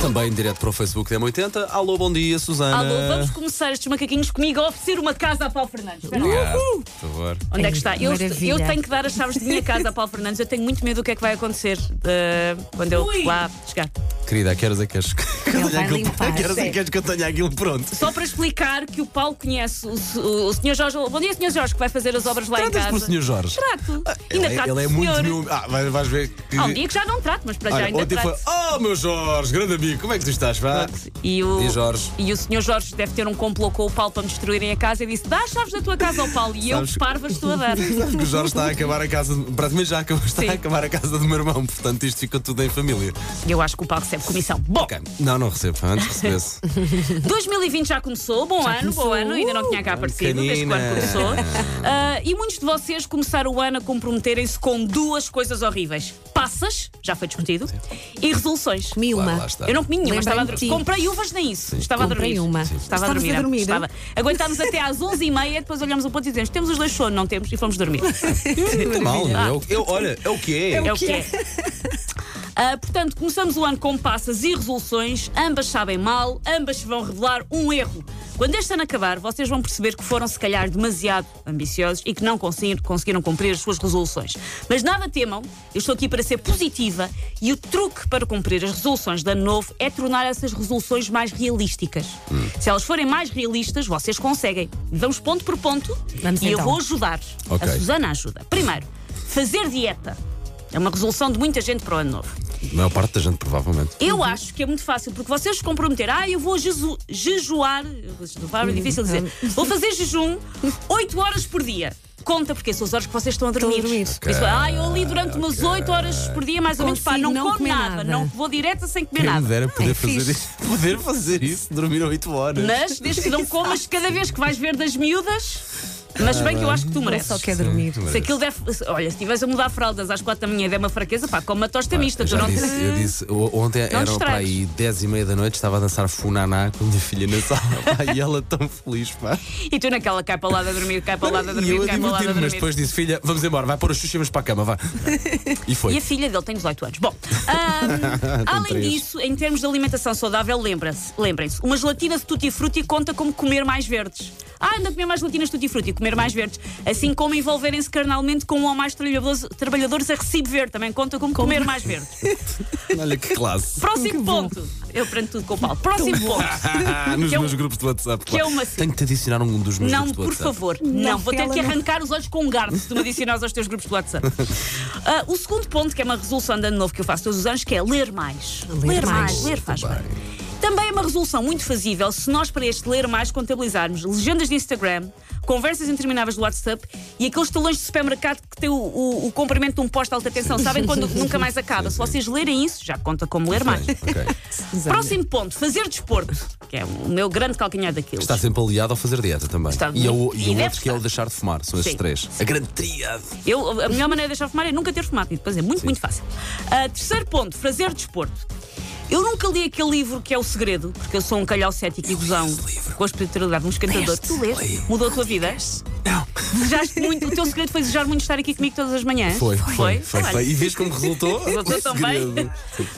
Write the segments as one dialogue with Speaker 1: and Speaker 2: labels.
Speaker 1: Também direto para o Facebook da M80. Alô, bom dia, Susana.
Speaker 2: Alô, vamos começar estes macaquinhos comigo a oferecer uma casa a Paulo Fernandes. Espera lá.
Speaker 1: Obrigado, Por favor.
Speaker 2: Onde é que está? Eu,
Speaker 3: Maravilha.
Speaker 2: eu tenho que dar as chaves de minha casa a Paulo Fernandes. Eu tenho muito medo do que é que vai acontecer eh, quando eu lá chegar.
Speaker 1: Querida, queres é que és que eu
Speaker 3: vai
Speaker 1: tenha aquilo-
Speaker 3: limpar,
Speaker 1: queres é que és que eu tenha aquilo pronto?
Speaker 2: Só para explicar que o Paulo conhece o, se- o, o Sr. Jorge. Bom dia, Sr. Jorge, que vai fazer as obras lá em
Speaker 1: Tratas
Speaker 2: casa.
Speaker 1: por senhor Jorge.
Speaker 2: Trato.
Speaker 1: Ele,
Speaker 2: Ainda
Speaker 1: é-
Speaker 2: trato
Speaker 1: ele é
Speaker 2: do
Speaker 1: muito
Speaker 2: senhor.
Speaker 1: miúdo. Ah, vai- vais, ver que.
Speaker 2: Há um dia que já não trato, mas para já
Speaker 1: Olha,
Speaker 2: ainda
Speaker 1: ontem
Speaker 2: trato.
Speaker 1: foi. Oh, meu Jorge, grande amigo, como é que tu estás? Vá?
Speaker 2: E o,
Speaker 1: E Jorge?
Speaker 2: e o senhor Jorge deve ter um complô com o Paulo para me destruírem a casa e disse: dá as chaves da tua casa ao Paulo. E eu,
Speaker 1: Sabes-
Speaker 2: parva, estou a dar.
Speaker 1: Sabes que o Jorge está a acabar a casa. de- Praticamente já acabou, está
Speaker 2: Sim.
Speaker 1: a acabar a casa do meu irmão, portanto isto fica tudo em família.
Speaker 2: Eu acho que o Paulo recebe comissão. Bom,
Speaker 1: Ok, Não, não recebo, antes recebesse.
Speaker 2: 2020 já começou, bom ano, bom ano, ainda não
Speaker 3: Uh,
Speaker 2: tinha cá aparecido, desde quando
Speaker 1: Canina.
Speaker 2: começou. Ah, e muitos de vocês começaram o ano a comprometerem-se com duas coisas horríveis: passas, já foi discutido, e resoluções.
Speaker 3: Comi
Speaker 1: Claro,
Speaker 3: uma.
Speaker 1: lá está.
Speaker 2: Eu não comi nenhuma,
Speaker 3: Lembrei-me
Speaker 2: estava a
Speaker 3: de
Speaker 2: dormir.
Speaker 3: ti.
Speaker 2: Comprei uvas nem isso. Estava
Speaker 3: Comprei
Speaker 2: a dormir.
Speaker 3: uma.
Speaker 2: Estava
Speaker 3: Estavas a dormir?
Speaker 2: Estava. Aguentámos até às 11h30, depois olhámos um ponto e dizemos: temos os dois sono, não temos, e fomos dormir.
Speaker 1: Muito mal, eu, eu, olha, é o que é.
Speaker 2: Ah. É o que é. Ah, portanto, começamos o ano com passas e resoluções, ambas sabem mal, ambas vão revelar um erro. Quando este ano acabar, vocês vão perceber que foram, se calhar, demasiado ambiciosos e que não consegui- conseguiram cumprir as suas resoluções. Mas nada temam, eu estou aqui para ser positiva e o truque para cumprir as resoluções de ano novo é tornar essas resoluções mais realísticas. Se elas forem mais realistas, vocês conseguem. Vamos ponto por ponto
Speaker 3: Vamos
Speaker 2: e eu
Speaker 3: então.
Speaker 2: vou ajudar.
Speaker 1: Ok.
Speaker 2: A Susana ajuda. Primeiro, fazer dieta. É uma resolução de muita gente para o ano novo.
Speaker 1: A maior parte da gente, provavelmente.
Speaker 2: Eu
Speaker 3: Uhum.
Speaker 2: acho que é muito fácil, porque vocês se comprometeram. Ah, eu vou jeju- jejuar. Jejuar
Speaker 3: Uhum.
Speaker 2: é difícil dizer. Vou fazer jejum 8 horas por dia. Conta, porque são as horas que vocês estão a dormir.
Speaker 3: Estão a dormir.
Speaker 2: Por isso, ah, eu ali durante umas
Speaker 1: ok.
Speaker 2: 8 horas por dia, mais ou menos, pá,
Speaker 3: Consigo
Speaker 2: não,
Speaker 3: não
Speaker 2: como
Speaker 3: comer
Speaker 2: nada.
Speaker 3: nada.
Speaker 2: Não vou direta sem comer
Speaker 1: Quem me
Speaker 2: nada.
Speaker 1: dera poder,
Speaker 3: é
Speaker 1: fazer
Speaker 3: fixe.
Speaker 1: isso, poder fazer isso, dormir 8 horas.
Speaker 2: Mas desde que não comas cada vez que vais ver das miúdas. Mas bem que eu acho que tu mereces.
Speaker 3: Só quer dormir.
Speaker 1: Sim.
Speaker 2: Se aquilo der. se- Olha, se estivesse a mudar fraldas às quatro da manhã e der uma fraqueza, pá, come uma tosta mista.
Speaker 1: Ah, Eu
Speaker 2: Tu
Speaker 1: já
Speaker 2: não te-
Speaker 1: disse, eu disse, o- ontem
Speaker 2: Não
Speaker 1: eram para
Speaker 2: distraias.
Speaker 1: aí 10 e meia da noite, estava a dançar funaná com a minha filha na sala pá, e ela tão feliz, pá.
Speaker 2: E tu naquela cai para lá a dormir, cai para lá a
Speaker 1: e eu
Speaker 2: dormir,
Speaker 1: a
Speaker 2: cai para lá
Speaker 1: divertir-me,
Speaker 2: a dormir.
Speaker 1: mas depois disse, filha, vamos embora, vai pôr os chuchas para a cama, vá. E
Speaker 2: E
Speaker 1: foi.
Speaker 2: a filha dele tem 18 anos. Bom, ahm, além
Speaker 1: três.
Speaker 2: disso, em termos de alimentação saudável, lembra-se- lembrem-se, uma gelatina de tutti-frutti conta como comer mais verdes. Ah, anda a comer mais gelatinas de tutti-frutti, comer mais verdes. Assim como envolverem-se carnalmente com um ou mais trabalhadores, trabalhadores a recibo verde, também conta como, comer mais verdes.
Speaker 1: Olha que classe.
Speaker 2: Próximo ponto. Eu prendo tudo com o pau. Próximo ponto.
Speaker 1: Nos
Speaker 2: é um-
Speaker 1: meus grupos de WhatsApp.
Speaker 2: que é uma-
Speaker 1: Tenho que te adicionar um dos meus
Speaker 2: Não,
Speaker 1: grupos de
Speaker 2: por
Speaker 1: WhatsApp.
Speaker 2: favor,
Speaker 3: Não,
Speaker 2: não. Vou ter
Speaker 3: ela
Speaker 2: que
Speaker 3: não.
Speaker 2: arrancar os olhos com um garfo se tu me adicionares aos teus grupos do WhatsApp. Ah, o segundo ponto, que é uma resolução de ano novo que eu faço todos os anos, que é ler mais. Ler, mais.
Speaker 3: mais.
Speaker 2: ler faz
Speaker 1: Muito
Speaker 2: bem. Também é uma resolução muito fazível se nós, para este ler mais, contabilizarmos legendas de Instagram, conversas intermináveis do WhatsApp e aqueles talões de supermercado que têm o, o- o comprimento de um posto de alta tensão. Sabem quando nunca mais acaba? Se vocês lerem isso, já conta como ler mais.
Speaker 1: Bem, ok.
Speaker 2: Próximo ponto, fazer desporto, que é o meu grande calcanhar daquilo.
Speaker 1: Está sempre aliado ao fazer dieta também.
Speaker 2: Está
Speaker 1: e ao,
Speaker 2: muito-
Speaker 1: e
Speaker 2: e
Speaker 1: ao
Speaker 2: deve
Speaker 1: outro que é o
Speaker 2: estar.
Speaker 1: deixar de fumar. São esses
Speaker 2: Sim.
Speaker 1: três. A grande triade.
Speaker 2: Eu, a melhor maneira de deixar fumar é nunca ter fumado. E depois é muito, muito fácil. Ah, terceiro ponto, fazer desporto. Eu nunca li aquele livro que é O Segredo, porque eu sou um calhau cético e gozão com a espiritualidade de um escantador. Tu leste? Mudou a tua vida?
Speaker 1: Não.
Speaker 2: Desejaste muito. O teu segredo foi desejar muito estar aqui comigo todas as manhãs?
Speaker 1: Foi, foi, foi.
Speaker 2: Olha,
Speaker 1: foi. E vês como resultou?
Speaker 2: Resultou tão
Speaker 1: Segredo.
Speaker 2: bem.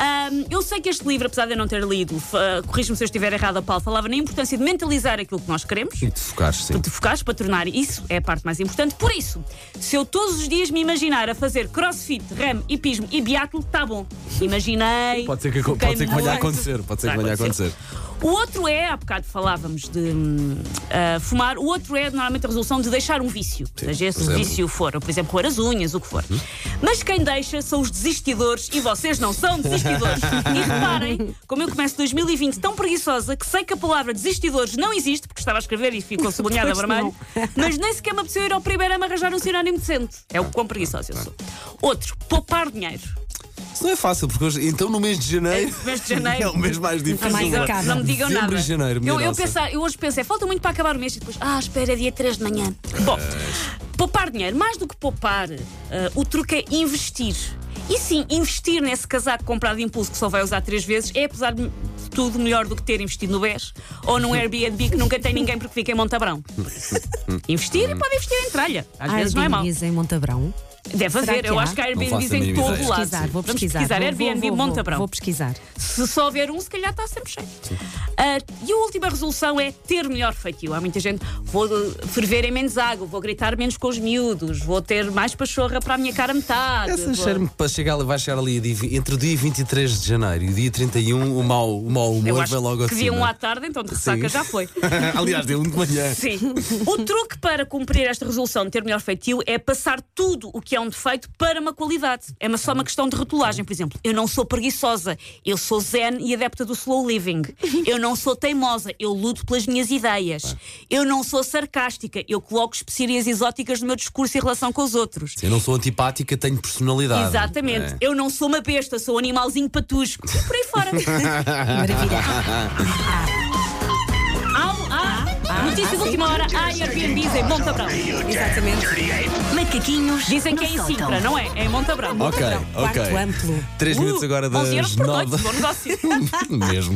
Speaker 2: Ahm, eu sei que este livro, apesar de eu não ter lido, fa- corrige-me se eu estiver errada, Paulo, falava na importância de mentalizar aquilo que nós queremos
Speaker 1: E te focares, sim.
Speaker 2: para te focares, para tornar isso é a parte mais importante. Por isso, se eu todos os dias me imaginar a fazer crossfit, rem, hipismo e biatlo, está bom. Imaginei.
Speaker 1: Pode ser que, aco-
Speaker 2: foquei
Speaker 1: pode ser que venha a
Speaker 2: muito.
Speaker 1: acontecer. Pode ser que
Speaker 2: Vai
Speaker 1: venha a acontecer.
Speaker 2: O outro é, há bocado falávamos de hum, ah, fumar, o outro é normalmente a resolução de deixar um vício. seja
Speaker 1: por
Speaker 2: esse
Speaker 1: exemplo. Uhum.
Speaker 2: vício for, ou, por exemplo, roer as unhas, o que for. Mas quem deixa são os desistidores e vocês não são desistidores. e reparem, como eu começo 2020 tão preguiçosa que sei que a palavra desistidores não existe, porque estava a escrever e ficou sublinhada a
Speaker 3: Pois
Speaker 2: vermelho, mas nem sequer me apeteceu ir ao primeiro a me arranjar um sinónimo decente. É o quão preguiçosa eu
Speaker 1: Tá.
Speaker 2: sou. Outro, poupar dinheiro.
Speaker 1: Isso não é fácil, porque hoje, então no mês de janeiro.
Speaker 2: É, mês de janeiro.
Speaker 1: É o mês mais
Speaker 4: Ah,
Speaker 1: difícil.
Speaker 3: mais
Speaker 1: não é?
Speaker 3: acaba.
Speaker 2: Não me digam
Speaker 1: Dezembro
Speaker 2: nada.
Speaker 1: e janeiro, minha
Speaker 2: eu, eu,
Speaker 1: nossa.
Speaker 2: pensar- eu hoje pensei, falta muito para acabar o mês e depois, ah, espera, dia 3 de manhã. Bom, poupar dinheiro, mais do que poupar, ah, o truque é investir. E sim, investir nesse casaco comprado de impulso que só vai usar três vezes é, apesar de tudo, melhor do que ter investido no BES ou num Airbnb que nunca tem ninguém porque fica em Montabrão. investir e pode investir em tralha. Às vezes não é mau.
Speaker 3: Airbnbs em Montabrão.
Speaker 2: Deve
Speaker 4: Será
Speaker 2: haver,
Speaker 4: que
Speaker 2: eu
Speaker 4: há?
Speaker 2: acho que há
Speaker 1: Não
Speaker 2: Airbnb
Speaker 1: faço a
Speaker 2: em
Speaker 1: mínima
Speaker 2: todo
Speaker 1: ideia.
Speaker 2: o
Speaker 4: Vou
Speaker 2: lado.
Speaker 4: pesquisar, vou
Speaker 2: Ah, Vamos
Speaker 4: pesquisar.
Speaker 2: pesquisar
Speaker 4: Vou-
Speaker 2: Airbnb
Speaker 4: vou, vou,
Speaker 2: Montabrão.
Speaker 4: Vou pesquisar.
Speaker 2: Se só houver um, se calhar está sempre cheio. Ah, e a última resolução é ter melhor feitio. Há muita gente, vou eh, ferver em menos água, vou gritar menos com os miúdos, vou ter mais pachorra para a minha cara metade.
Speaker 1: Essa
Speaker 2: vou-
Speaker 1: cheira-me para chegar ali, vai chegar ali dia- entre o dia 23 de janeiro e o dia 31, o mau, o mau
Speaker 2: Eu
Speaker 1: humor
Speaker 2: acho
Speaker 1: vai logo
Speaker 2: que
Speaker 1: assim.
Speaker 2: vi um à tarde, então de ressaca já foi.
Speaker 1: Aliás, deu um de manhã.
Speaker 2: Sim. O truque para cumprir esta resolução de ter melhor feitio é passar tudo o que é um defeito para uma qualidade. É uma- só uma questão de rotulagem. Por exemplo, eu não sou preguiçosa, eu sou zen e adepta do slow living. Eu não sou teimosa, eu luto pelas minhas ideias. Eu não sou sarcástica, eu coloco especiarias exóticas no meu discurso em relação com os outros.
Speaker 1: Eu não sou antipática, tenho personalidade.
Speaker 2: Exatamente.
Speaker 1: É.
Speaker 2: Eu não sou uma besta, sou um animalzinho patusco. E por aí fora.
Speaker 4: Maravilha.
Speaker 2: Au, ah, notícias de última hora. Ai, Airbnb em Montabrão.
Speaker 4: Exatamente.
Speaker 3: Macaquinhos
Speaker 2: Dizem que
Speaker 3: no
Speaker 2: é em
Speaker 3: sótão.
Speaker 2: Sintra, não é? É em Montabrão.
Speaker 1: Ok,
Speaker 4: Quarto
Speaker 1: ok.
Speaker 4: amplo.
Speaker 1: Três minutos agora das
Speaker 2: 11 Uh, euros por
Speaker 1: nove.
Speaker 2: noite, bom negócio.
Speaker 1: Mesmo.